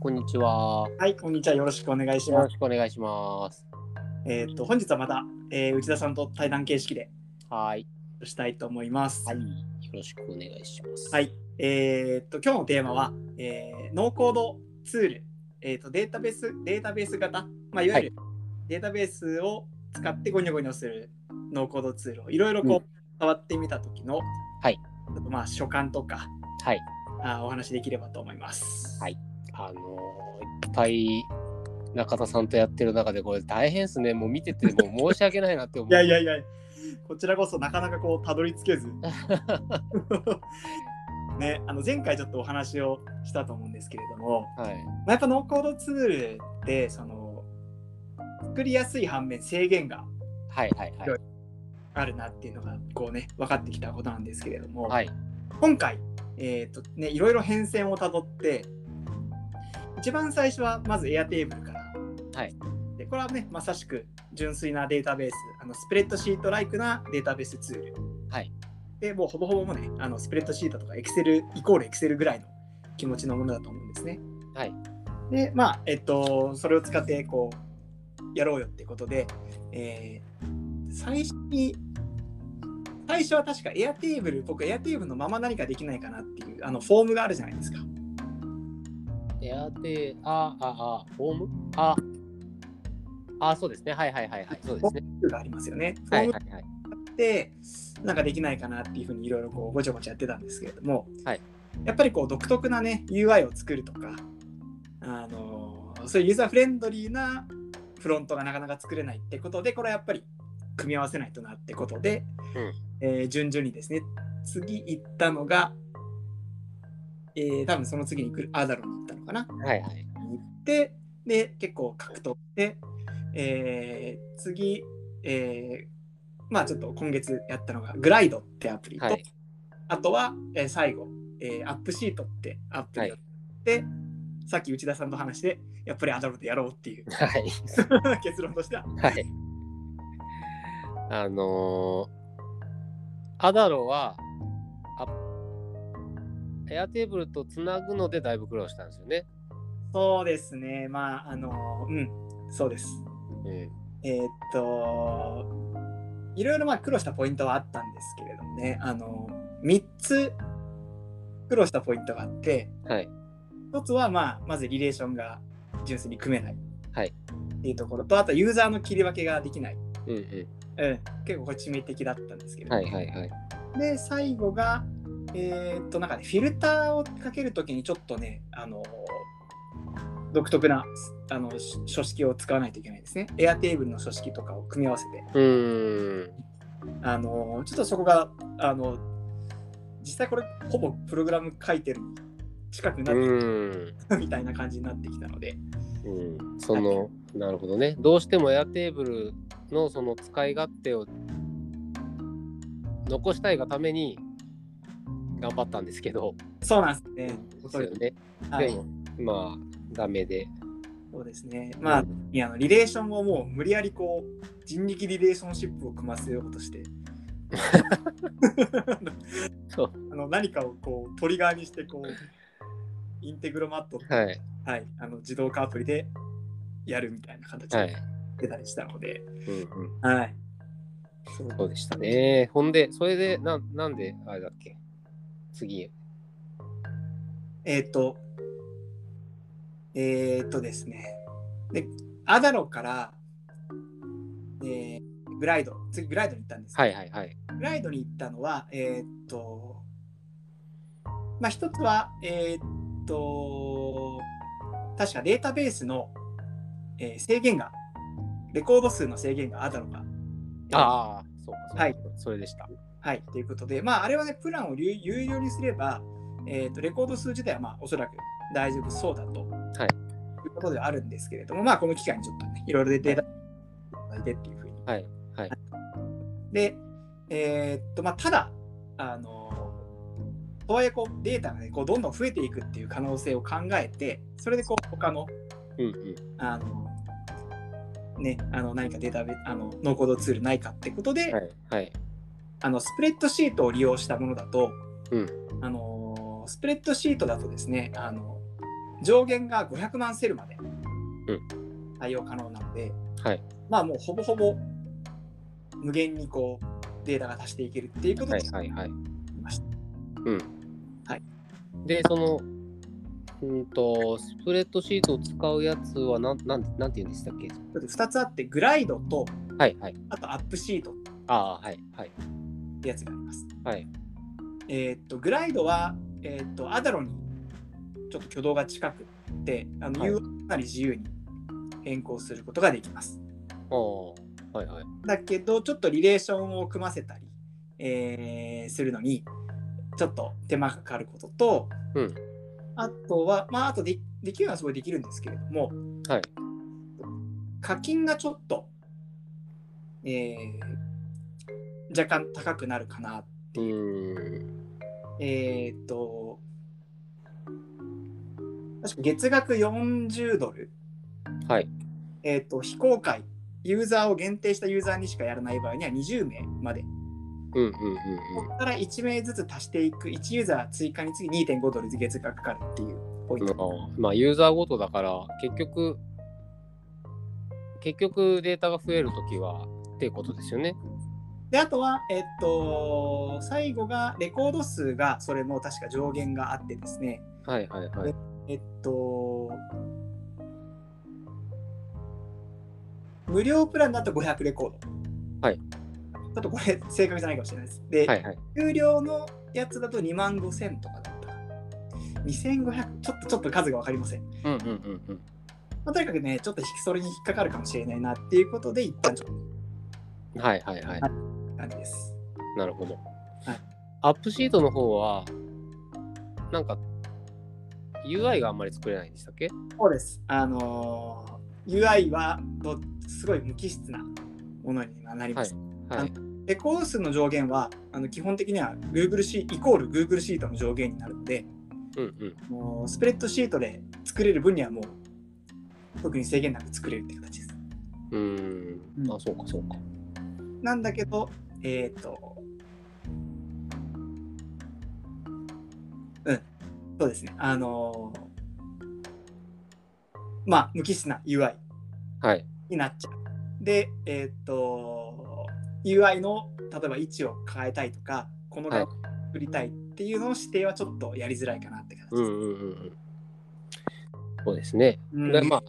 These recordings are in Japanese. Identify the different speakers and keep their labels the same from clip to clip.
Speaker 1: こんにちは。よ
Speaker 2: はい、こんにちは。よろしくお願いしま
Speaker 1: ろ
Speaker 2: す。
Speaker 1: しくお願いします。
Speaker 2: えーっと、本日はまた、えー内田さんと対談形式で
Speaker 1: はい。
Speaker 2: したいと思います。
Speaker 1: はい。よろしくお願いします。
Speaker 2: はい。えーっと、今日のテーマは、えーノーコードツール、えーっと、データベース、データベース型、まあ、いわゆるデータベースを使ってゴニョゴニョするノーコードツールをいろいろこう、
Speaker 1: うん
Speaker 2: 触ってみた時の、
Speaker 1: はい
Speaker 2: ちょっとまあ、所感とか、
Speaker 1: はい。
Speaker 2: あーお話できればと思います。
Speaker 1: はいあのーいっぱい中田さんとやってる中で、これ大変ですね。もう見てて、もう申し訳ないなって思う。
Speaker 2: いやいやいや、こちらこそなかなかこうたどり着けず。 ね、あの前回ちょっとお話をしたと思うんですけれども、
Speaker 1: はい。
Speaker 2: まあ、やっぱノーコードツールってその作りやすい反面制限が
Speaker 1: はいはいはい。
Speaker 2: あるなっていうのがこうね分かってきたことなんですけれども、
Speaker 1: はい。
Speaker 2: 今回、えーとね、いろいろ変遷をたどって一番最初はまずエアテーブルから、
Speaker 1: はい
Speaker 2: でこれはねまさしく純粋なデータベースあのスプレッドシートライクなデータベースツール、
Speaker 1: はい
Speaker 2: でもうほぼほぼもうねあのスプレッドシートとかエクセルイコールエクセルぐらいの気持ちのものだと思うんですね
Speaker 1: はい。
Speaker 2: でまあえっとそれを使ってこうやろうよってことで、えー最初に最初は確かエアテーブル僕エアテーブルのまま何かできないかなっていうあのフォームがあるじゃないですか
Speaker 1: エアテあ、あ、あ、フォームあ、あ、そうですね。はいはいはいはい。そうですね。
Speaker 2: フォームがありますよねフォ
Speaker 1: は
Speaker 2: ー
Speaker 1: い
Speaker 2: ム
Speaker 1: はいはい。
Speaker 2: ってなんかできないかなっていうふうにいろいろこうごちゃごちゃやってたんですけれども、
Speaker 1: はい
Speaker 2: やっぱりこう独特なね UI を作るとかあのーそういうユーザーフレンドリーなフロントがなかなか作れないってことでこれはやっぱり組み合わせないとなってことで、
Speaker 1: うん
Speaker 2: えー順々にですね次行ったのが、えー多分その次に来るアダロンに行ったのかな
Speaker 1: はいはい。
Speaker 2: に行ってで結構格闘して、えー次、えーまあちょっと今月やったのがグライドってアプリと、
Speaker 1: はい
Speaker 2: あとは、えー最後、えーアップシートってアプリをやって、さっき内田さんと話してやっぱりアダルトやろうっていう
Speaker 1: はい。
Speaker 2: 結論としては
Speaker 1: はい。あのーアダロは、あエアテーブルとつなぐのでだいぶ苦労したんですよね。
Speaker 2: そうですねまああのうんそうです
Speaker 1: うん。
Speaker 2: えーっといろいろまあ苦労したポイントはあったんですけれどもねあの3つ苦労したポイントがあって
Speaker 1: はい。
Speaker 2: 一つは、まあ、まずリレーションが純粋に組めない
Speaker 1: はい
Speaker 2: っていうところと、あとユーザーの切り分けができない、
Speaker 1: うんう
Speaker 2: うん、結構これ致命的だったんですけ
Speaker 1: ん。
Speaker 2: ど、
Speaker 1: はいはいはい。
Speaker 2: で最後が、えーっとなんかね、フィルターをかけるときにちょっとね、あの独特なあのし書式を使わないといけないですね。エアテーブルの書式とかを組み合わせて、
Speaker 1: うーん。
Speaker 2: あのちょっとそこがあの実際これほぼプログラム書いてるに近く
Speaker 1: う
Speaker 2: なって
Speaker 1: ーん。
Speaker 2: きたみたいな感じになってきたので、
Speaker 1: うん、その、なるほどね。どうしてもエアテーブルのその使い勝手を残したいがために頑張ったんですけど、
Speaker 2: そうなんですね。
Speaker 1: そうよね。
Speaker 2: はい
Speaker 1: でも、まあ、ダメで。
Speaker 2: そうですね。まあ、いやあのリレーションをもう無理やりこう、人力リレーションシップを組ませよう として。
Speaker 1: そう。
Speaker 2: あの何かをこうトリガーにしてこう、インテグロマット、
Speaker 1: はい。
Speaker 2: はい、あの自動化アプリでやるみたいな形
Speaker 1: はい
Speaker 2: で。出たりしたので、
Speaker 1: うんうん。
Speaker 2: はい。そう
Speaker 1: そうでしたね。ほんで、それで、ななんで、あれだっけ次へ。
Speaker 2: えっ、と、えっ、とですね。で、アダロから、えーグライド、次グライドに行ったんですけど
Speaker 1: はいはいはい。
Speaker 2: グライドに行ったのは、えーっと、まあ、一つは、えーっと、確かデータベースの、えー制限が、レコード数の制限があったのか。
Speaker 1: ああ、そうか。そうか
Speaker 2: はい。
Speaker 1: それでした。
Speaker 2: はい、ということで、まあ、あれはね、プランを有有料にすれば、えーっと、レコード数自体は、まあ、おそらく大丈夫そうだと。
Speaker 1: はい
Speaker 2: いうことではあるんですけれども、まあ、この機会にちょっとね、いろいろデータ、でっていうふうに
Speaker 1: はいはい。
Speaker 2: で、えーっと、まあ、ただ、あのとはいえこうデータがね、こうどんどん増えていくっていう可能性を考えて、それでこう他の、
Speaker 1: うんうん。
Speaker 2: あのね、あの何かデータベあのノーコードツールないかってことで、
Speaker 1: はいはい。
Speaker 2: あのスプレッドシートを利用したものだと、
Speaker 1: うん
Speaker 2: あのスプレッドシートだとですね、あの上限が500万セルまで
Speaker 1: うん
Speaker 2: 対応可能なので、
Speaker 1: はい
Speaker 2: まあもうほぼほぼ無限にこうデータが足していけるっていうこと
Speaker 1: は
Speaker 2: で
Speaker 1: いはいはい。
Speaker 2: ました
Speaker 1: うん。
Speaker 2: はい。
Speaker 1: で、その、うんと、スプレッドシートを使うやつは、なん、なん、なんて言うんでしたっけ
Speaker 2: 2つあってグライドと
Speaker 1: はいはい。
Speaker 2: あとアップシートっ
Speaker 1: ああ、はいはい。
Speaker 2: てやつがあります。
Speaker 1: はい。
Speaker 2: えーっとグライドは、えーっとアダロにちょっと挙動が近くってあの、
Speaker 1: はい
Speaker 2: UI かなり自由に変更することができます。
Speaker 1: おーはいはい。
Speaker 2: だけどちょっとリレーションを組ませたり、えーするのにちょっと手間がかかることと、
Speaker 1: うん
Speaker 2: あとはまああとでできるのはすごいできるんですけれども
Speaker 1: はい。
Speaker 2: 課金がちょっと、えー若干高くなるかな
Speaker 1: うーん。
Speaker 2: えーっと確か月額40ドル、
Speaker 1: はい。
Speaker 2: えーっと非公開ユーザーを限定したユーザーにしかやらない場合には20名まで
Speaker 1: うんうんうん
Speaker 2: ここから1名ずつ足していく、1ユーザー追加につき2.5ドル月額かかるっていうポイン
Speaker 1: うん。
Speaker 2: ト。
Speaker 1: あーまあ、ユーザーごとだから、結局、結局データが増えるときは、っていうことですよね。
Speaker 2: で、あとは、えっと、最後がレコード数が、それも確か上限があってですね、
Speaker 1: はいはいはい。
Speaker 2: えっと、無料プランだと500レコード。
Speaker 1: はい
Speaker 2: ちょっとこれ正確じゃないかもしれないです。で、
Speaker 1: はいはい。
Speaker 2: 有料のやつだと2万5000とかだったかな。2500、ちょっとちょっと数が分かりません。
Speaker 1: うんうんうんうん。
Speaker 2: まあ、とにかくね、ちょっと引きそれに引っかかるかもしれないなっていうことで、一旦ちょっと
Speaker 1: はいはいはい。
Speaker 2: 感じです。
Speaker 1: なるほど。
Speaker 2: はい
Speaker 1: アップシートの方は、なんか、UI があんまり作れないんでしたっけ
Speaker 2: そうです。あのー UI はどすごい無機質なものにはなります。
Speaker 1: はい。
Speaker 2: レコード数の上限はあの基本的には Google シーイコール Google シートの上限になるので、
Speaker 1: うんうん。
Speaker 2: もうスプレッドシートで作れる分にはもう特に制限なく作れるって形です。
Speaker 1: うー
Speaker 2: うん
Speaker 1: ん。あ、そうかそうか。
Speaker 2: なんだけど、えっ、と、うん、そうですね。あのーまあ、無機質な UI
Speaker 1: はい。
Speaker 2: になっちゃう。で、えっ、と、UI の例えば位置を変えたいとか、この
Speaker 1: はい
Speaker 2: 画面を作りたいっていうのの指定はちょっとやりづらいかなって形
Speaker 1: う
Speaker 2: で
Speaker 1: ん
Speaker 2: す。
Speaker 1: うんうんうん。そうですね。
Speaker 2: うん
Speaker 1: で、まあ、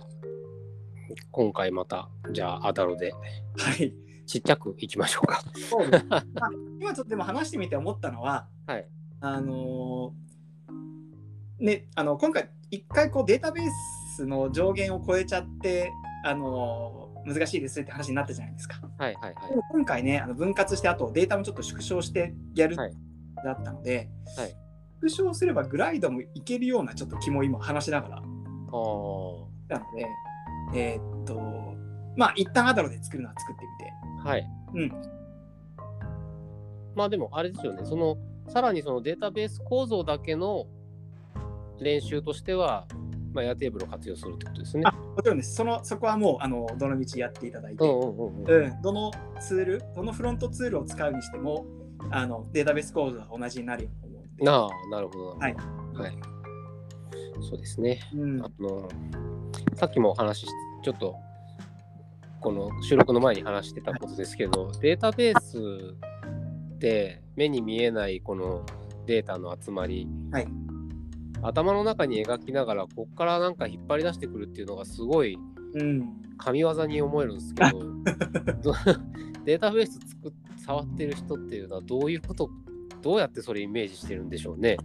Speaker 1: 今回また、じゃあ、アダロで、
Speaker 2: はい。
Speaker 1: ちっちゃくいきましょうか。
Speaker 2: そうですね まあ今ちょっとでも話してみて思ったのは、
Speaker 1: はい。
Speaker 2: あのーね、あの今回一回こうデータベースの上限を超えちゃって、あのー難しいですって話になったじゃないですか。
Speaker 1: はいはいは
Speaker 2: でも今回ねあの分割してあとデータもちょっと縮小してやる、
Speaker 1: はい
Speaker 2: だったので、
Speaker 1: はい
Speaker 2: 縮小すればグライドもいけるようなちょっと気も今話しながら
Speaker 1: い。
Speaker 2: なのでえーっとまあ一旦アダロで作るのは作って
Speaker 1: ああ。はい。
Speaker 2: みて、
Speaker 1: まあでもあれですよね、そのさらにそのデータベース構造だけの練習としては、まあ、エアテーブルを活用するってことですね。
Speaker 2: うん、もちろんですそのそこはもうあのどの道やっていただい
Speaker 1: う
Speaker 2: て、
Speaker 1: んうんうんうん。
Speaker 2: うん、どのツール、どのフロントツールを使うにしても、あのデータベース構造は同じになるように思うんで。
Speaker 1: なあ、なるほど。
Speaker 2: はい。
Speaker 1: はい。そうですね。
Speaker 2: うん、
Speaker 1: あの、さっきもお話しし、ちょっと、この収録の前に話してたことですけど、データベースって目に見えないこのデータの集まり、
Speaker 2: はい
Speaker 1: 頭の中に描きながら、こっからなんか引っ張り出してくるっていうのがすごい
Speaker 2: うん、
Speaker 1: 神業に思えるんですけ どどデータベース作っ触ってる人っていうのはどういうことどうやってそれイメージしてるんでしょうね。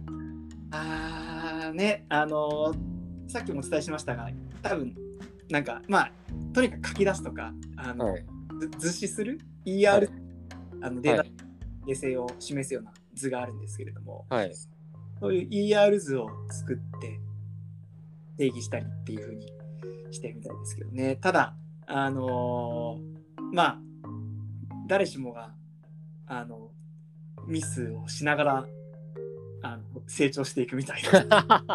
Speaker 2: あーね、あのーさっきもお伝えしましたが、多分なんか、まあ、とにかく書き出すとか、あの
Speaker 1: はい、
Speaker 2: ず図示する ER、
Speaker 1: はい
Speaker 2: あのデー
Speaker 1: は
Speaker 2: タ
Speaker 1: い
Speaker 2: 形成を示すような図があるんですけれども、
Speaker 1: はい
Speaker 2: そういう ER 図を作って定義したりっていう風にしてみたいですけどね。ただ、あのーまあ、誰しもが、あの、ミスをしながら、あの成長していくみたいな。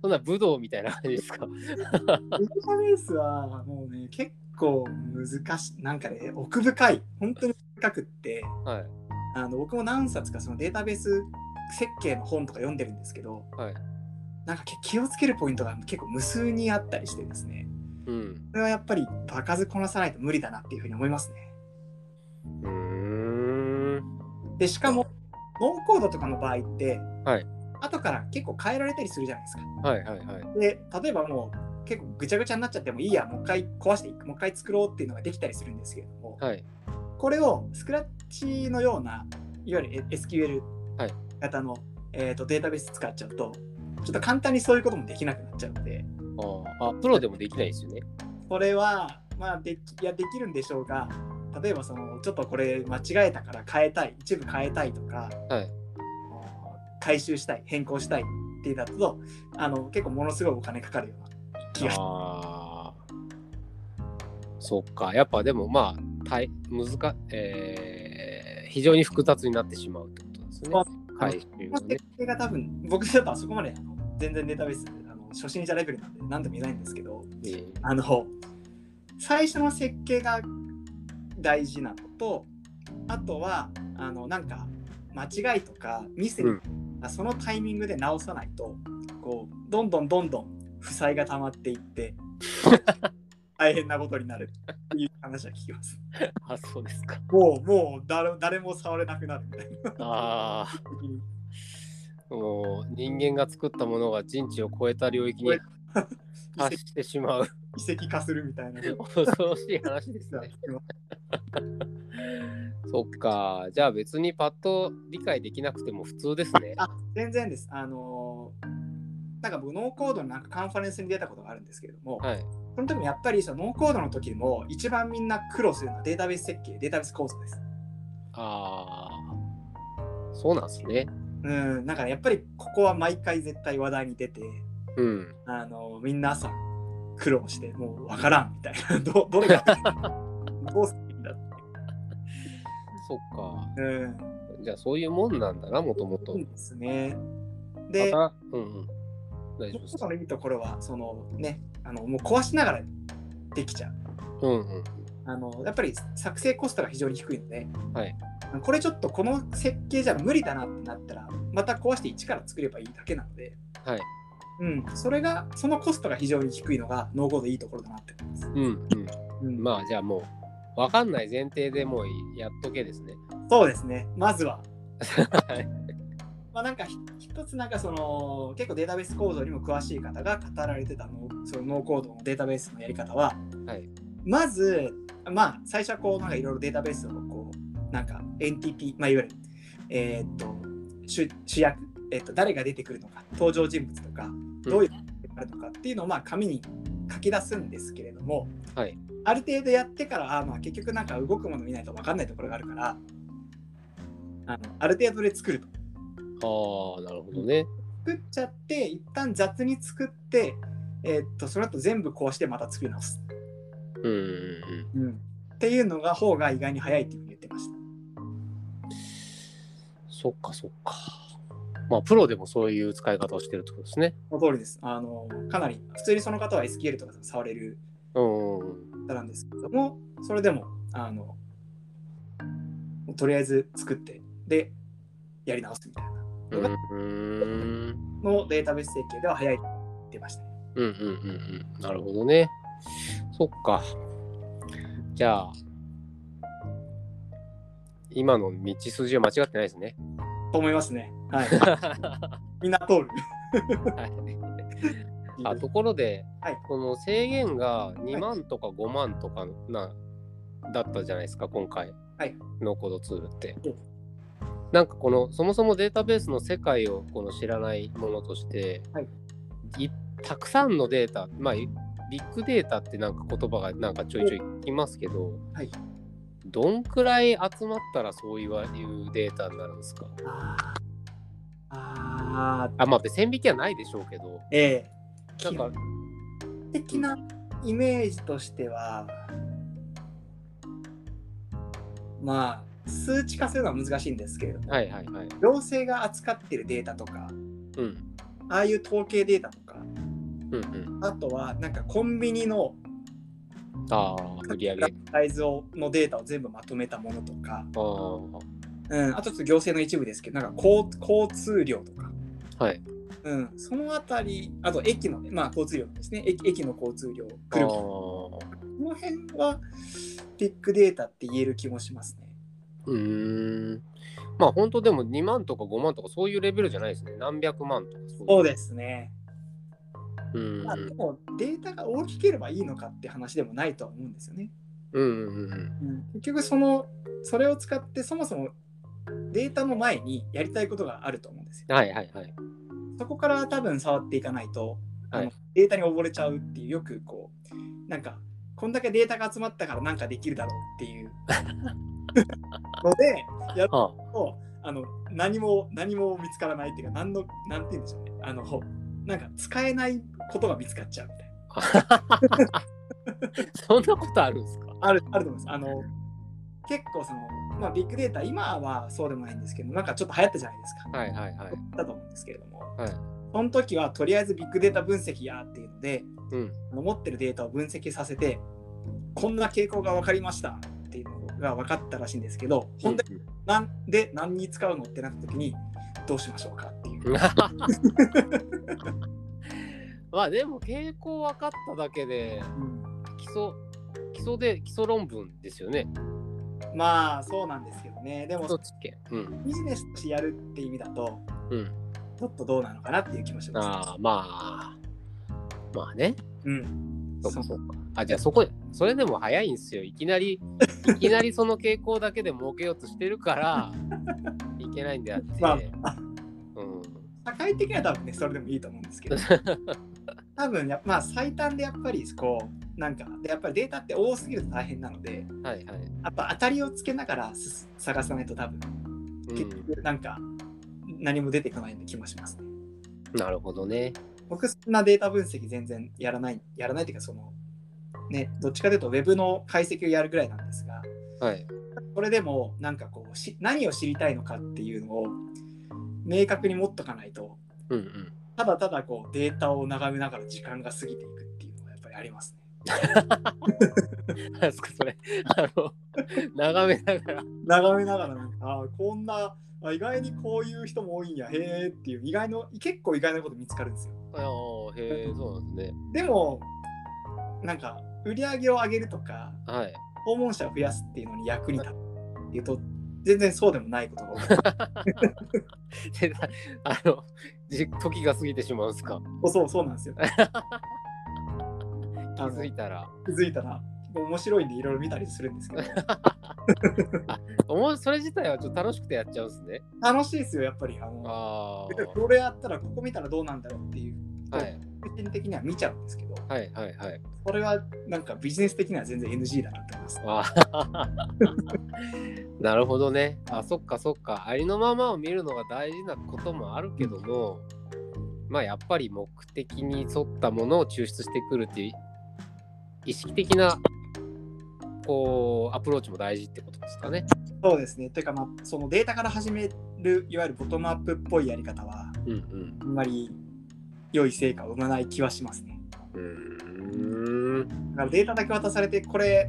Speaker 1: そそんな武道みたいな感じですか。
Speaker 2: データベースはもうね、結構難しい、なんかね、奥深い、本当に深くって、
Speaker 1: はい
Speaker 2: あの僕も何冊かそのデータベース設計の本とか読んでるんですけど、
Speaker 1: はい
Speaker 2: なんかけ気をつけるポイントが結構無数にあったりしてですね、
Speaker 1: うん。
Speaker 2: これはやっぱり場数こなさないと無理だなっていうふうに思いますね。
Speaker 1: うーん。
Speaker 2: で、しかも、ノンコードとかの場合って、
Speaker 1: はい
Speaker 2: 後から結構変えられたりするじゃないですか。
Speaker 1: はいはいはい。
Speaker 2: で、例えばもう結構ぐちゃぐちゃになっちゃってもいいや、もう一回壊していく、もう一回作ろうっていうのができたりするんですけれども、
Speaker 1: はい。
Speaker 2: これをスクラッチのようないわゆる SQL
Speaker 1: はい
Speaker 2: 型の、えー、とデータベース使っちゃうとちょっと簡単にそういうこともできなくなっちゃうので
Speaker 1: あーあ、プロでもできないですよね。
Speaker 2: これはまあできいやできるんでしょうが例えばそのちょっとこれ間違えたから変えたい一部変えたいとか、
Speaker 1: はい
Speaker 2: 回収したい変更したいっていうだとあの結構ものすごいお金かかるような気がし
Speaker 1: ああ。そっか。やっぱでもまあ、たい難かえー非常に複雑になってしまうってことですね。
Speaker 2: そう
Speaker 1: 回収
Speaker 2: ま
Speaker 1: がね
Speaker 2: あ設。計が多分僕だとあそこまであの全然データベースあの初心者レベルなんで何でも言えないんですけど、
Speaker 1: うん
Speaker 2: あの最初の設計が大事なのとあとはあのなんか間違いとかミス、
Speaker 1: うん
Speaker 2: そのタイミングで直さないとこうどんどんどんどん負債が溜まっていって 大変なことになるっていう話は聞きます。
Speaker 1: あ、そうですか。
Speaker 2: もうもう誰誰も触れなくなるみたいな。
Speaker 1: ああ。もう人間が作ったものが人知を超えた領 域に達してしまう
Speaker 2: 遺跡化するみたいな。
Speaker 1: 恐ろしい話ですね。そっか。じゃあ別にパッと理解できなくても普通ですね。
Speaker 2: あ全然です。あのなんか僕ノーコードのなんかカンファレンスに出たことがあるんですけれども、
Speaker 1: はい。
Speaker 2: その時もやっぱりそのノーコードの時も一番みんな苦労するのはデータベース設計、データベース構造です。
Speaker 1: ああ。そうなんですね。
Speaker 2: うん、だからやっぱりここは毎回絶対話題に出て、
Speaker 1: うん。
Speaker 2: あのみんな朝苦労してもうわからんみたいな、 どどれがどうするんだって。
Speaker 1: そっか。
Speaker 2: うん、
Speaker 1: じゃあそういうもんなんだな、もともと
Speaker 2: そう。ですね。
Speaker 1: ま
Speaker 2: で、
Speaker 1: た、うんうん。大丈夫です
Speaker 2: そ。のいいところは、そのね、あのもう壊しながらできちゃう。
Speaker 1: うんうん。
Speaker 2: あのやっぱり作成コストが非常に低いので、
Speaker 1: はい
Speaker 2: これちょっとこの設計じゃ無理だなってなったらまた壊して一から作ればいいだけなので、
Speaker 1: はい。
Speaker 2: うん、それがそのコストが非常に低いのがノーコードいいところだなって思います、
Speaker 1: うんうん。
Speaker 2: うん
Speaker 1: まあじゃあもう、わかんない前提でもうやっとけですね。
Speaker 2: そうですねまずは、
Speaker 1: はい
Speaker 2: まあ、なんかひ一つなんかその結構データベース構造にも詳しい方が語られてたのそのノーコードのデータベースのやり方は
Speaker 1: はい。
Speaker 2: まず、まあ、最初はこう、なんかいろいろデータベースをこう、なんか NTP、まあ、いわゆる、えーっと、主主役、えーっと、誰が出てくるのか、登場人物とか、どういうのがあるのかっていうのを、まあ、紙に書き出すんですけれども、
Speaker 1: はい
Speaker 2: ある程度やってから、あーまあ、結局なんか動くもの見ないと分かんないところがあるから、あのある程度で作ると。
Speaker 1: ああ、なるほどね。
Speaker 2: 作っちゃって、一旦雑に作って、えーっと、その後全部壊してまた作り直す。
Speaker 1: うんうん
Speaker 2: うん、っていうのが方が意外に早いっていうふうに言ってました。
Speaker 1: うん。そっかそっか。まあプロでもそういう使い方をしてるってことですね。
Speaker 2: その通りです。あのかなり普通にその方は SQL とか触れる
Speaker 1: うんうんうん。
Speaker 2: 方なんですけども、それでもあのとりあえず作ってでやり直すみたいな
Speaker 1: うんうん
Speaker 2: のをデータベース設計では早いって言ってましたね。
Speaker 1: うんうんうんうん。なるほどね。そっか。じゃあ、今の道筋は間違ってないです ね。
Speaker 2: と思いますね。はい。
Speaker 1: は
Speaker 2: みんな通る。
Speaker 1: いあところで、
Speaker 2: はい
Speaker 1: この制限が2万とか5万とかな、だったじゃないですか今回
Speaker 2: はい
Speaker 1: のコードツールって
Speaker 2: うん。
Speaker 1: なんかこのそもそもデータベースの世界をこの知らないものとして、
Speaker 2: はい
Speaker 1: いたくさんのデータまあいビッグデータってなんか言葉がなんかちょいちょい聞きますけど、
Speaker 2: はい
Speaker 1: どんくらい集まったらそういういうデータになるんですか
Speaker 2: あーあー、
Speaker 1: あまあ線引きはないでしょうけど
Speaker 2: ええ
Speaker 1: なんか
Speaker 2: 的なイメージとしては、まあ、数値化するのは難しいんですけれども、
Speaker 1: はいはいはい。
Speaker 2: 行政が扱ってるデータとか、
Speaker 1: うん
Speaker 2: ああいう統計データとか、
Speaker 1: うんうん
Speaker 2: あとはなんかコンビニの
Speaker 1: ああ、売り上げ。あ
Speaker 2: サイズをのデータを全部まとめたものとか、
Speaker 1: あ、は
Speaker 2: うん、あとちょっと行政の一部ですけど、なんか交交通量とか、
Speaker 1: い。
Speaker 2: うん、そのあたり、あと駅の、まあ、交通量ですね、駅駅の交通量、
Speaker 1: あ
Speaker 2: 車、こ
Speaker 1: ー
Speaker 2: の辺はビッグデータって言える気もしますね。
Speaker 1: うーん。まあ本当でも2万とか5万とかそういうレベルじゃないですね。何百万とか
Speaker 2: そう
Speaker 1: で
Speaker 2: ですね。
Speaker 1: す。うん
Speaker 2: まあ、でも、データが大きければいいのかって話でもないとは思うんですよね。
Speaker 1: うんうんうん
Speaker 2: 結局、その、それを使って、そもそもデータの前にやりたいことがあると思うんですよ。
Speaker 1: うん。はいはいはい。
Speaker 2: そこから多分触っていかないと、あ
Speaker 1: は
Speaker 2: の
Speaker 1: い
Speaker 2: データに溺れちゃうっていう、よくこう、なんか、こんだけデータが集まったからなんかできるだろうって いうので、やる
Speaker 1: あ
Speaker 2: と、あの、何も、何も見つからないっていうか、何の、なんて言うんでしょうね。あの、ほなんか使えないことが見つかっちゃうみたいな。
Speaker 1: そんなことあるんですか
Speaker 2: ある、あると思います。あの、結構その、まあ、ビッグデータ、今はそうでもないんですけど、なんかちょっと流行ったじゃないですか。
Speaker 1: はいはいはい。
Speaker 2: だと思うんですけれども、
Speaker 1: はい
Speaker 2: その時はとりあえずビッグデータ分析やっていうので、
Speaker 1: うん。
Speaker 2: 持ってるデータを分析させてこんな傾向が分かりましたっていうのが分かったらしいんですけど本当になんで何に使うのってなった時にどうしましょうかっていう。
Speaker 1: まあでも傾向分かっただけで基礎基礎で基礎論文ですよね。
Speaker 2: まあそうなんですけどねで
Speaker 1: 基
Speaker 2: も
Speaker 1: 礎知見。うん
Speaker 2: ビジネスとしてやるって意味だと
Speaker 1: うん。
Speaker 2: ちょっとどうなのかなっていう気もします。
Speaker 1: ああまあまあね。
Speaker 2: うん、
Speaker 1: そう
Speaker 2: そ
Speaker 1: かそ
Speaker 2: う
Speaker 1: うか。あじゃあそこそれでも早いんですよ。いきな りいきなりその傾向だけで儲けようとしてる からいけないんであって。
Speaker 2: まああ
Speaker 1: うん。
Speaker 2: 社会的には多分ねそれでもいいと思うんです けど多分やまあ最短でやっぱりこうなんかでやっぱりデータって多すぎると大変なので
Speaker 1: はいはい。
Speaker 2: やっぱ当たりをつけながらす探さないと多分
Speaker 1: う
Speaker 2: 結
Speaker 1: ん、
Speaker 2: 局なんか何も出てこないような気もしますね。
Speaker 1: なるほどね。
Speaker 2: 僕そんなデータ分析全然やらないやらないっていうかそのねどっちかというと Web の解析をやるぐらいなんですが
Speaker 1: はい。
Speaker 2: これでもなんかこうし何を知りたいのかっていうのを明確に持っとかないと
Speaker 1: うんうん。
Speaker 2: ただただこうデータを眺めながら時間が過ぎていくっていうのがやっぱりありますね。
Speaker 1: なんですかそれ。あの 眺めながら。
Speaker 2: 眺めながらなんかあーこんなあ意外にこういう人も多いんやへーっていう意外の結構意外なこと見つかるんですよ。
Speaker 1: ああへえそうなんですね。
Speaker 2: でもなんか売り上げを上げるとか
Speaker 1: はい。
Speaker 2: 訪問者を増やすっていうのに役に立つっていうと全然そうでもないことが多い
Speaker 1: でなあのじ時が過ぎてしまうんですか
Speaker 2: そう そうそうなんで すよ
Speaker 1: 気
Speaker 2: あの
Speaker 1: づいたら
Speaker 2: 気づいたら面白いんでいろいろ見たりするんですけど
Speaker 1: おもそれ自体はちょっと楽しくてやっちゃうんですね
Speaker 2: 楽しいですよやっぱりあの
Speaker 1: あ
Speaker 2: これやったらここ見たらどうなんだろうっていう
Speaker 1: あはい
Speaker 2: 個人的には見ちゃうんですけど
Speaker 1: はいはいはい
Speaker 2: これはなんかビジネス的には全然 NG だなって思います
Speaker 1: あー なるほどねあそっかそっかありのままを見るのが大事なこともあるけどもまあやっぱり目的に沿ったものを抽出してくるっていう意識的なこうアプローチも大事ってことですかね
Speaker 2: そうですねというかまあそのデータから始めるいわゆるボトムアップっぽいやり方は
Speaker 1: うんうん
Speaker 2: あんまり良い成果を生まない気はしますね。
Speaker 1: うーん
Speaker 2: だからデータだけ渡されて、これ、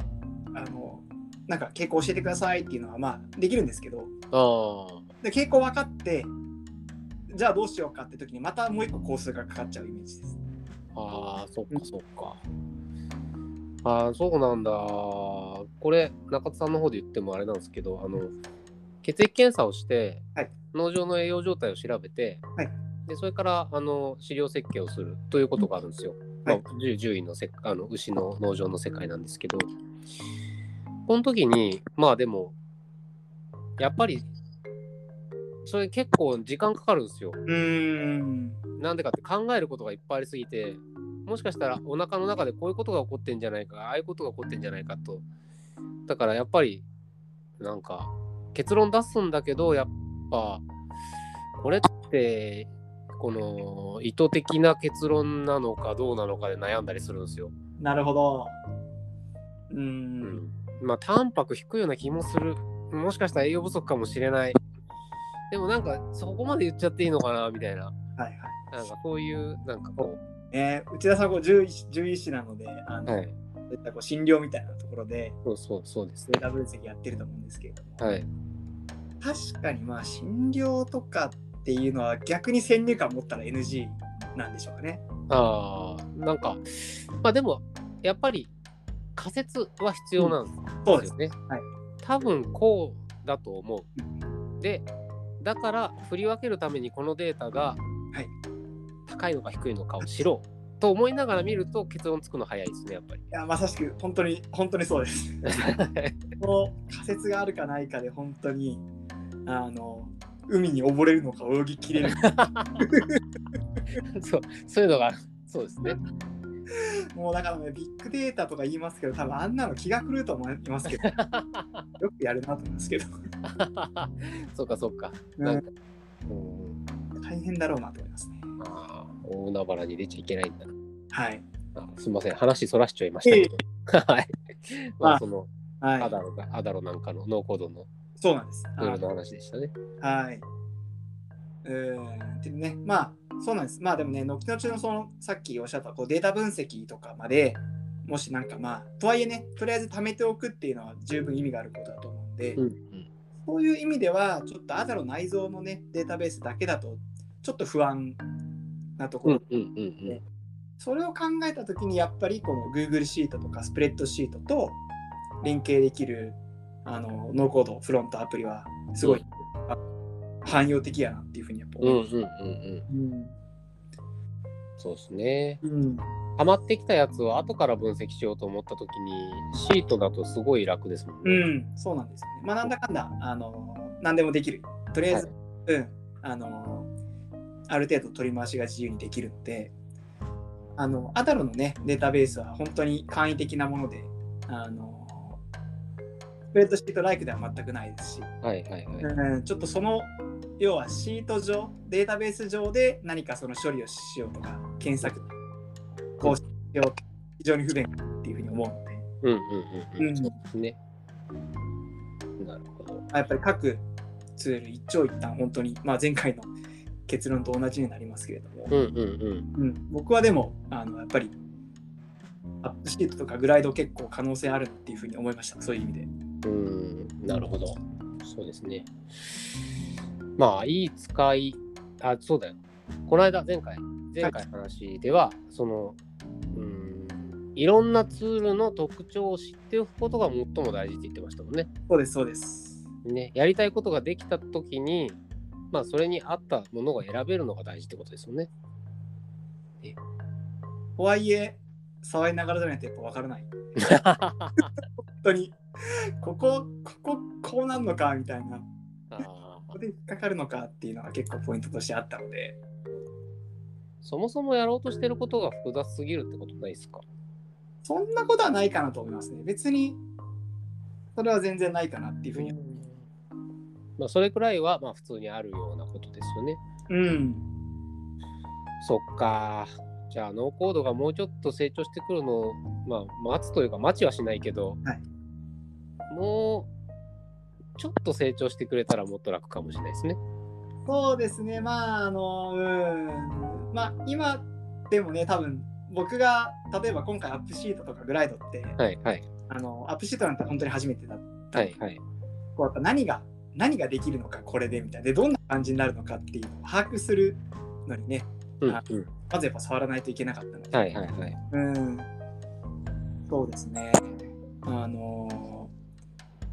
Speaker 2: あの、なんか傾向教えてくださいっていうのは、まあ、できるんですけど、
Speaker 1: ああ
Speaker 2: で傾向分かって、じゃあどうしようかって時に、またもう一個工数がかかっちゃうイメージです。
Speaker 1: ああ、そっかそっか。ああ、そうなんだ。これ、中田さんの方で言ってもあれなんですけど、あの、血液検査をして、
Speaker 2: はい
Speaker 1: 農場の栄養状態を調べて、
Speaker 2: はい
Speaker 1: でそれからあの飼料設計をするということがあるんですよ。
Speaker 2: は
Speaker 1: まあ、
Speaker 2: い
Speaker 1: 獣獣医のせあの牛の農場の世界なんですけど、この時に、まあでも、やっぱり、それ結構時間かかるんですよ。
Speaker 2: うーん。
Speaker 1: なんでかって考えることがいっぱいありすぎてもしかしたらお腹の中でこういうことが起こってんじゃないかああいうことが起こってんじゃないかとだからやっぱりなんか結論出すんだけどやっぱこれってこの意図的な結論なのかどうなのかで悩んだりするんですよ。
Speaker 2: なるほど。うーん。
Speaker 1: まあタンパク低いような気もするもしかしたら栄養不足かもしれないでもなんかそこまで言っちゃっていいのかなみたいな
Speaker 2: はいはい。
Speaker 1: なんかそういうなんかこ
Speaker 2: えー内田さん、こう獣医師獣医師なので、あ
Speaker 1: う、
Speaker 2: の
Speaker 1: はい、
Speaker 2: そういったこう診療みたいなところで、
Speaker 1: そうそうそうです
Speaker 2: デ
Speaker 1: ね
Speaker 2: ータ分析やってると思うんですけれども、
Speaker 1: はい。
Speaker 2: 確かにまあ診療とかっていうのは逆に先入観持ったら NG なんでしょうかね。
Speaker 1: あーなんか、まあでも、やっぱり仮説は必要なん
Speaker 2: そう
Speaker 1: で
Speaker 2: ですす。
Speaker 1: ね。
Speaker 2: はい
Speaker 1: 多分こうだと思う。で、だから振り分けるためにこのデータが
Speaker 2: はい
Speaker 1: 高いのか低いのかを知ろうと思いながら見ると結論つくの早いですね、やっぱり。
Speaker 2: いやまさしく本当に本当にそうです。この仮説があるかないかで本当にあの海に溺れるのか泳ぎきれるのか
Speaker 1: そうそういうのが、そうですね。
Speaker 2: もうだからねビッグデータとか言いますけど多分あんなの気が狂うと思いますけどよくやるなと思いますけど、
Speaker 1: そうか、そうか。
Speaker 2: う
Speaker 1: なん
Speaker 2: ん
Speaker 1: か、うん、
Speaker 2: 大変だろうなと思いますね。
Speaker 1: ああ、大海原に出ちゃいけないんだな。
Speaker 2: はい。
Speaker 1: あすみません、話そらしちゃいましたけど。はい。まあ、その、ア
Speaker 2: はい、
Speaker 1: ダロが、アダロなんかのノーコードの
Speaker 2: そうなんです。
Speaker 1: ルールの話でしたね。
Speaker 2: はい。うーん、でね、まあ、そうなんです。まあでもね、後々のその、さっきおっしゃったこうデータ分析とかまで、もしなんかまあ、とはいえね、とりあえず貯めておくっていうのは十分意味があることだと思うんで、
Speaker 1: うん。
Speaker 2: そういう意味では、ちょっとアダロ内蔵のね、データベースだけだと、ちょっと不安なとこ
Speaker 1: う
Speaker 2: ろ。
Speaker 1: んうんうんうん。
Speaker 2: それを考えたときに、やっぱりこの Google シートとかスプレッドシートと連携できる、あの、ノーコード、フロントアプリは、すごい、あ汎用的やなっていうふうにやっぱ
Speaker 1: うん
Speaker 2: 思
Speaker 1: うん
Speaker 2: う。
Speaker 1: うんうん。
Speaker 2: うん
Speaker 1: そうですね。
Speaker 2: うん、
Speaker 1: 溜まってきたやつを後から分析しようと思ったときに、シートだとすごい楽ですもん
Speaker 2: う
Speaker 1: ね。
Speaker 2: ん、そうなんですよね。まあ、なんだかんだ、あの、何でもできる。とりあえず、
Speaker 1: は
Speaker 2: うん、あの、ある程度取り回しが自由にできるので、あの、アダロのね、データベースは本当に簡易的なもので、あの、スプレッドシートライクでは全くないですし、
Speaker 1: はいはいはい。
Speaker 2: うん、ちょっとその、要はシート上、データベース上で何かその処理をしようとか、検索、こうしよう、非常に不便っていうふうに思うので、
Speaker 1: うんうんうんう。
Speaker 2: うんん
Speaker 1: そうですね。なるほど。
Speaker 2: まあやっぱり各ツール一長一短本当に、まあ、前回の結論と同じになりますけれども、
Speaker 1: うんうんうん。
Speaker 2: うん僕はでもあのやっぱりアップシートとかグライド結構可能性あるっていうふうに思いましたそういう意味で
Speaker 1: うん、なるほど。そうですね。まあ、いい使い、あ、そうだよ。この間、前回、前回の話では、その、うん、いろんなツールの特徴を知っておくことが最も大事って言ってましたもんね。
Speaker 2: そうですそうです
Speaker 1: ねやりたいことができたときに、まあ、それに合ったものが選べるのが大事ってことですよね。
Speaker 2: とはいえ触りながらじゃないとやっぱ分からない本当にこここここうなんのかみたいなこ
Speaker 1: あー
Speaker 2: こで引っかかるのかっていうのが結構ポイントとしてあったので
Speaker 1: そもそもやろうとしてることが複雑すぎるってことないですか
Speaker 2: そんなことはないかなと思いますね別にそれは全然ないかなっていうふうに
Speaker 1: まあ、それくらいはまあ普通にあるようなことですよね。
Speaker 2: うん
Speaker 1: そっか。じゃあ、ノーコードがもうちょっと成長してくるのを、まあ、待つというか、待ちはしないけど、
Speaker 2: はい
Speaker 1: もう、ちょっと成長してくれたらもっと楽かもしれないですね。
Speaker 2: そうですね、まあ、あの、うん、まあ、今でもね、多分僕が例えば今回、アップシートとかグライドって、
Speaker 1: はいはい。
Speaker 2: あのアップシートなんて本当に初めてだった、
Speaker 1: はいはい。
Speaker 2: こうやっぱ何が、何ができるのか、これでみたいな、で、どんな感じになるのかっていうのを把握するのにね、
Speaker 1: うん、
Speaker 2: あ
Speaker 1: うん。
Speaker 2: まずやっぱ触らないといけなかったので、
Speaker 1: はいはいはい。
Speaker 2: うん、そうですね、あの、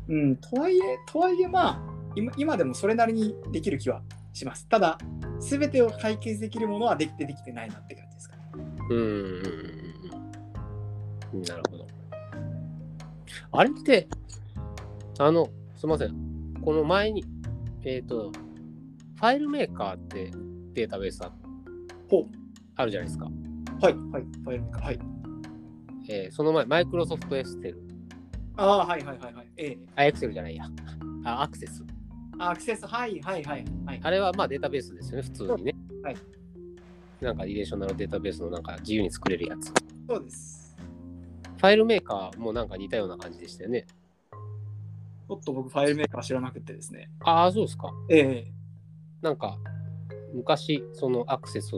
Speaker 2: うん、とはいえ、とはいえ、まあ、今今でもそれなりにできる気はします。ただ、すべてを解決できるものはできてできてないなって感じですかね。
Speaker 1: うんうんうんうん。なるほど。あれって、あの、すみません。この前に、えっ、と、ファイルメーカーってデータベースあ
Speaker 2: ほう。
Speaker 1: あるじゃないですか。
Speaker 2: はい、はい、ファイルメーカー。はい。
Speaker 1: えーその前、マイクロソフトエクセル。
Speaker 2: ああ、はい、はい、はい、はい。ええ
Speaker 1: あ、エクセルじゃないや。あ、アクセス。
Speaker 2: あアクセス、はい、はい、はい、はい。
Speaker 1: あれはまあデータベースですよね、普通にね。
Speaker 2: はい。
Speaker 1: なんかリレーショナルデータベースのなんか自由に作れるやつ。フ
Speaker 2: そうです。
Speaker 1: ァイルメーカーもなんか似たような感じでしたよね。
Speaker 2: ちょっと僕、ファイルメーカー知らなくてですね。
Speaker 1: ああ、そうですか。
Speaker 2: ええ
Speaker 1: なんか昔、そのアクセス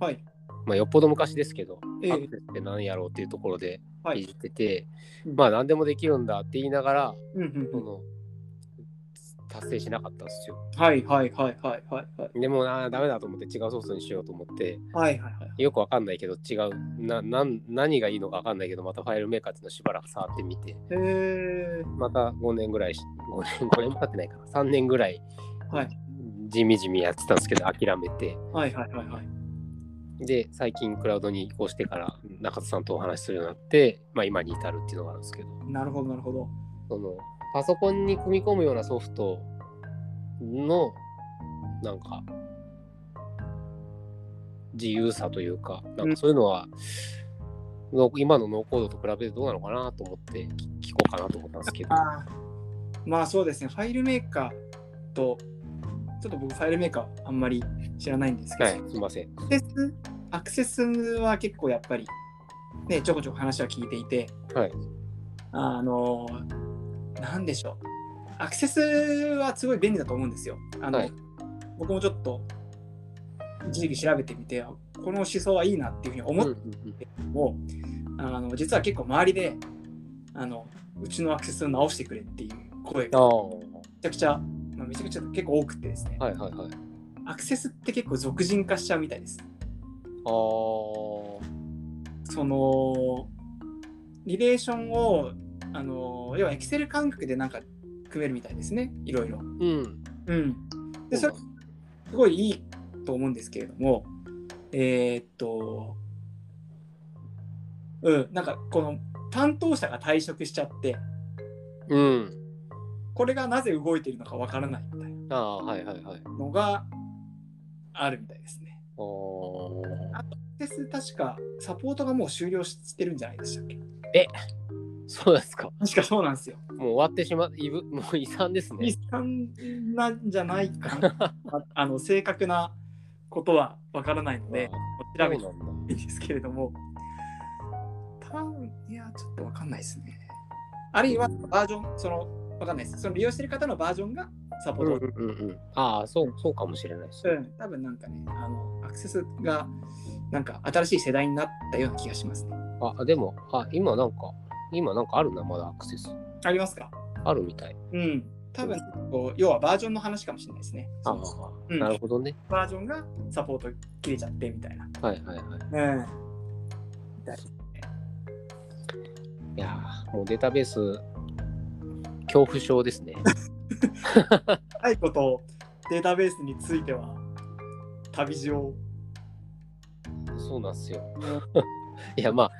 Speaker 2: はい。
Speaker 1: まあ、よっぽど昔ですけど、
Speaker 2: ええ
Speaker 1: アクセスって何やろうっていうところで
Speaker 2: はいい。
Speaker 1: じってて、
Speaker 2: うん
Speaker 1: まあ何でもできるんだって言いながら、
Speaker 2: うん、うん、う
Speaker 1: そ
Speaker 2: ん。
Speaker 1: の達成しなかったんですよ。
Speaker 2: はいはいはいはいはいはい。
Speaker 1: でもな、ダメだと思って違うソースにしようと思って、
Speaker 2: はいはいはい。
Speaker 1: よくわかんないけど違うななん、何がいいのかわかんないけど、またファイルメーカーっていうのをしばらく触ってみて、
Speaker 2: へえ。
Speaker 1: また5年ぐらいし、5年、5年も経ってないかな、3年ぐらい、
Speaker 2: はい
Speaker 1: 地味地味やってたんですけど、諦めて、
Speaker 2: はいはいはいはい。
Speaker 1: で、最近クラウドに移行してから、中田さんとお話しするようになって、まあ今に至るっていうのがあるんですけど。
Speaker 2: なるほどなるほど。
Speaker 1: そのパソコンに組み込むようなソフトのなんか自由さというかなんかそういうのは、の今のノーコードと比べてどうなのかなと思って聞聞こうかなと思ったんですけどは
Speaker 2: ああ。まあそうですね。ファイルメーカーと、ちょっと僕ファイルメーカーあんまり知らないんですけど、
Speaker 1: いすいません
Speaker 2: アクセスアクセスは結構やっぱり、ね、ちょこちょこ話は聞いていて、
Speaker 1: はい
Speaker 2: あの、なんでしょう。アクセスはすごい便利だと思うんですよ。あの、
Speaker 1: はい
Speaker 2: 僕もちょっと一時期調べてみて、あこの思想はいいなっていうふうに思っ
Speaker 1: うんうん
Speaker 2: をあの実は結構周りであのうちのアクセスを直してくれっていう声
Speaker 1: あ
Speaker 2: が
Speaker 1: あ
Speaker 2: めちゃくちゃ、まあ、めちゃくちゃ結構多くてですね、
Speaker 1: はいはいはい
Speaker 2: アクセスって結構俗人化しちゃうみたいです
Speaker 1: あー
Speaker 2: そのリレーションをあの要はエクセル感覚でなんか組めるみたいですねいろいろ、
Speaker 1: うん
Speaker 2: うん、でそれすごいいいと思うんですけれども、えーっと、うん、なんかこの担当者が退職しちゃって、
Speaker 1: うん
Speaker 2: これがなぜ動いているのかわからないみ
Speaker 1: あ
Speaker 2: たい
Speaker 1: あはいはいはいあ
Speaker 2: なのがあるみたいですね。
Speaker 1: ー
Speaker 2: アクセス確かサポートがもう終了してるんじゃないでしたっけ
Speaker 1: そうですか
Speaker 2: 確かそうなんですよ。
Speaker 1: もう終わってしまいぶもう遺産ですね
Speaker 2: 日産なんじゃないかな ああの正確なことはわからないので、
Speaker 1: そ
Speaker 2: 調
Speaker 1: うな
Speaker 2: べ
Speaker 1: ん
Speaker 2: て
Speaker 1: だ
Speaker 2: いいんですけれども、多分いや、ちょっとわかんないですね。あるいはバージョン、その、わかんないです。その利用してる方のバージョンがサポー
Speaker 1: うん
Speaker 2: ト
Speaker 1: うんうんうん、ああそうそうかもしれないです、ね
Speaker 2: うん、多分なんかね、あの、アクセスが、なんか新しい世代になったような気がしますね。
Speaker 1: あでもあ今なんか今なんかあるなまだアクセス
Speaker 2: ありますか
Speaker 1: あるみたい
Speaker 2: うん。多分こう、要はバージョンの話かもしれないですね。
Speaker 1: あ、
Speaker 2: うん
Speaker 1: なるほどね
Speaker 2: バージョンがサポート切れちゃってみたいな。
Speaker 1: はいはいはい
Speaker 2: うん。
Speaker 1: いやーもうデータベース恐怖症ですね
Speaker 2: ないことをデータベースについては、旅路を。
Speaker 1: そうなんですよ いやまあ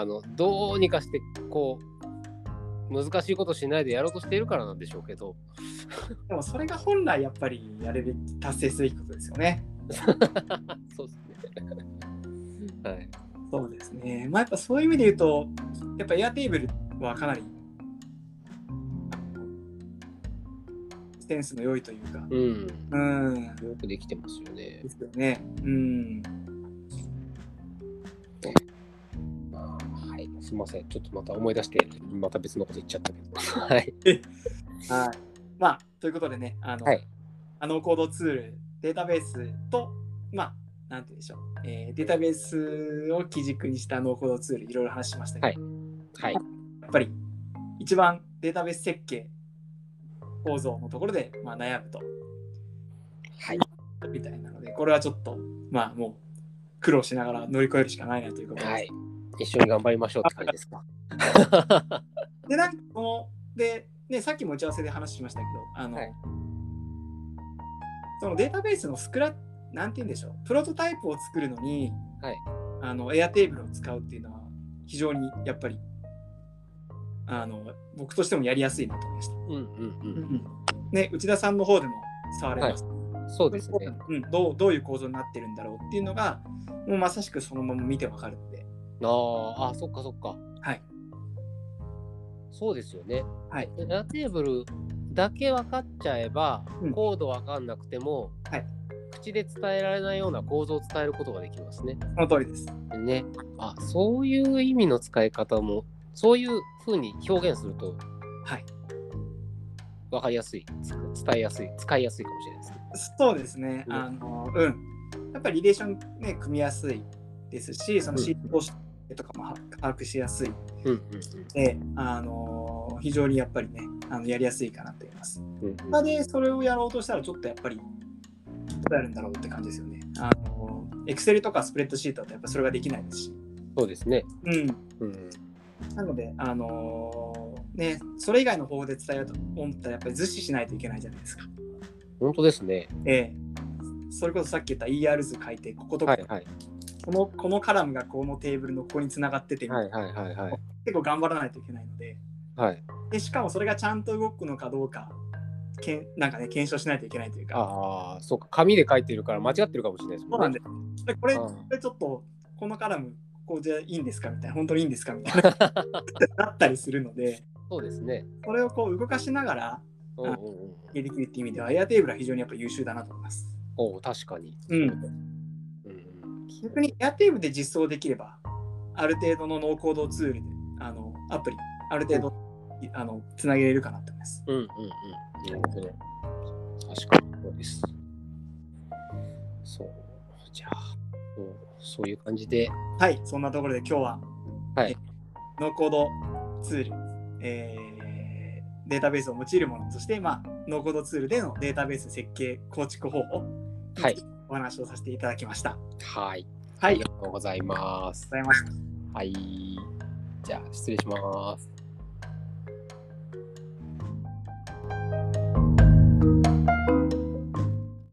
Speaker 1: あのどうにかしてこう難しいことしないでやろうとしているからなんでしょうけど
Speaker 2: でもそれが本来やっぱりやるべき、達成すべきことですよね。
Speaker 1: そうですねはい
Speaker 2: そうですね。まあやっぱそういう意味で言うと、やっぱエアテーブルはかなり、センスの良いというか、
Speaker 1: うん
Speaker 2: うん、で
Speaker 1: よくできてますよね
Speaker 2: すよね。うん。
Speaker 1: まあはいすいませんちょっとまた思い出してまた別のこと言っちゃったけど はい
Speaker 2: はい。まあ、ということでね、あの、
Speaker 1: はい
Speaker 2: あのコードツール、データベースと、まあ、なんて言うんでしょう、えーデータベースを基軸にしたノーコードツール、いろいろ話しましたけど、
Speaker 1: はいはい
Speaker 2: やっぱり一番データベース設計構造のところで、まあ、悩むと、
Speaker 1: はい
Speaker 2: みたいなので、これはちょっと、まあ、もう苦労しながら乗り越えるしかないなということで、
Speaker 1: はい。一緒に頑張りましょうって感じですか。
Speaker 2: で、なんかこの、で、ね、さっきも打ち合わせで話しましたけど、あの、
Speaker 1: はい
Speaker 2: そのデータベースのスクラなんて言うんでしょう、プロトタイプを作るのに、
Speaker 1: はい
Speaker 2: あの、エアテーブルを使うっていうのは、非常にやっぱり、あの、僕としてもやりやすいなと思いまし た。
Speaker 1: うんうん
Speaker 2: ね、内田さんの方でも触れました。
Speaker 1: うん。そうですね。
Speaker 2: うん、どうどういう構造になってるんだろうっていうのがもうまさしくそのまま見てわかるんで、
Speaker 1: あーあ、そっかそっか。
Speaker 2: はい。
Speaker 1: そうですよね。
Speaker 2: はい。
Speaker 1: エアテーブルだけ分かっちゃえば、
Speaker 2: うん
Speaker 1: コード分かんなくても、
Speaker 2: はい
Speaker 1: 口で伝えられないような構造を伝えることができますね。
Speaker 2: その通りです。
Speaker 1: ね。あ、そういう意味の使い方も、そういうふうに表現すると
Speaker 2: はい、
Speaker 1: 分かりやすい、つ伝えやすい、使いやすいかもしれないですね。
Speaker 2: そうですね、
Speaker 1: うん
Speaker 2: あのうん、やっぱりリレーション、ね、組みやすいですし、その
Speaker 1: うん
Speaker 2: シートとかもは把握しやすい
Speaker 1: うんうんうん。
Speaker 2: で、あのー非常にやっぱりね、あのやりやすいかなと思います。
Speaker 1: うん
Speaker 2: 他でそれをやろうとしたらちょっとやっぱりどうやるんだろうって感じですよね。あの Excel とかスプレッドシートだとやっぱそれができないですし。
Speaker 1: そうですね。
Speaker 2: うん、
Speaker 1: うん。
Speaker 2: なので、あのーね、それ以外の方法で伝えようと思ったらやっぱり図示しないといけないじゃないですか。
Speaker 1: 本当ですね。
Speaker 2: ええ、それこそさっき言った ER 図書いてこことこ,、
Speaker 1: はいはい。
Speaker 2: このこのカラムがこのテーブルのここに繋がってて、
Speaker 1: はいはいはいはい。
Speaker 2: 結構頑張らないといけないので
Speaker 1: はい。
Speaker 2: でしかもそれがちゃんと動くのかどうかけんなんかね検証しないといけないというか
Speaker 1: ああ、そうか。紙で書いてるから間違ってるかもしれないですも
Speaker 2: そうんなん
Speaker 1: ね。
Speaker 2: ですでこれ
Speaker 1: う
Speaker 2: こ
Speaker 1: ん
Speaker 2: れちょっとこのカラムこうじゃいいんですかみたいな本当にいいんですかみ たいななったりするので
Speaker 1: そうですね。
Speaker 2: これをこう動かしながら
Speaker 1: うんうんうん。
Speaker 2: やりきるっていう意味ではエアテーブルは非常にやっぱ優秀だなと思います。
Speaker 1: おお、確かに。
Speaker 2: うん
Speaker 1: うん
Speaker 2: 逆に Airtable で実装できれば、ある程度のノーコードツールで、あのアプリ、ある程度、あのつなげれるかなと思います。
Speaker 1: うんうんうんうん。なるほど。確かにそうです。そう。じゃあ、そうそういう感じで。
Speaker 2: はい、そんなところで今日は、
Speaker 1: はい
Speaker 2: えノーコードツール、えーデータベースを用いるもの、そして、まあ、ノーコードツールでのデータベース設計構築方法、
Speaker 1: はい。
Speaker 2: お話をさせていただきました。
Speaker 1: はい。
Speaker 2: は
Speaker 1: あ
Speaker 2: い、あり
Speaker 1: り
Speaker 2: が
Speaker 1: が
Speaker 2: と
Speaker 1: とうございます
Speaker 2: うご。ざいました。
Speaker 1: はい。じゃあ、失礼します。